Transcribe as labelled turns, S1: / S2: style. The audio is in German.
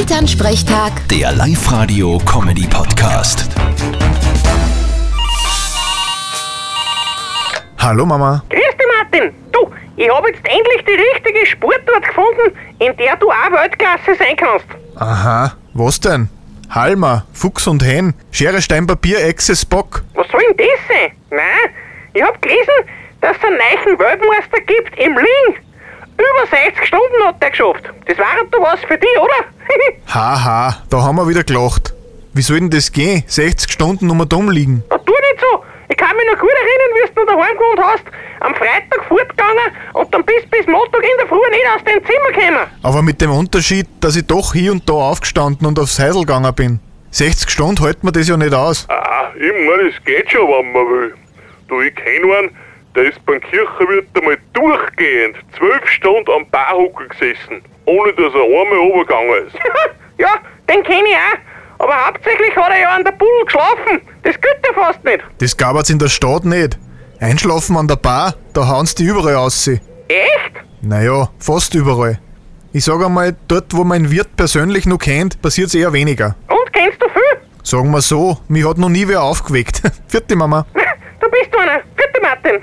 S1: Elternsprechtag,
S2: Der Live-Radio-Comedy-Podcast.
S3: Hallo Mama.
S4: Grüß dich, Martin. Du, ich habe jetzt endlich die richtige Sportart gefunden, in der du auch Weltklasse sein kannst.
S3: Aha, was denn? Halma, Fuchs und Hen, Schere, Stein, Papier, Echse, Spock.
S4: Was soll denn das sein? Nein, ich habe gelesen, dass es einen neuen Weltmeister gibt im Ling. Über 60 Stunden hat der geschafft. Das war doch was für dich, oder?
S3: Haha, da haben wir wieder gelacht. Wie soll denn das gehen? 60 Stunden um und um liegen.
S4: Na, tu nicht so. Ich kann mich noch gut erinnern, wie du daheim gewohnt hast. Am Freitag fortgegangen und dann bist bis Montag in der Früh nicht aus dem Zimmer gekommen.
S3: Aber mit dem Unterschied, dass ich doch hier und da aufgestanden und aufs Heisel gegangen bin. 60 Stunden hält man das ja nicht aus.
S5: Ah, ich meine, es geht schon, wenn man will. Du, ich kenne einen, der ist beim Kirchenwirt einmal durchgehend zwölf Stunden am Barhocker gesessen, ohne dass er einmal runtergegangen ist.
S4: ja, den kenne ich auch. Aber hauptsächlich hat er ja an der Bull geschlafen. Das gilt ja fast nicht.
S3: Das gabert's in der Stadt nicht. Einschlafen an der Bar, da hauen's die überall aussehen.
S4: Echt?
S3: Naja, fast überall. Ich sag einmal, dort wo mein Wirt persönlich noch kennt, passiert's eher weniger.
S4: Und kennst du viel?
S3: Sagen wir so, mich hat noch nie wer aufgeweckt. Vierte Mama.
S4: Du bist einer. Bitte, Martin.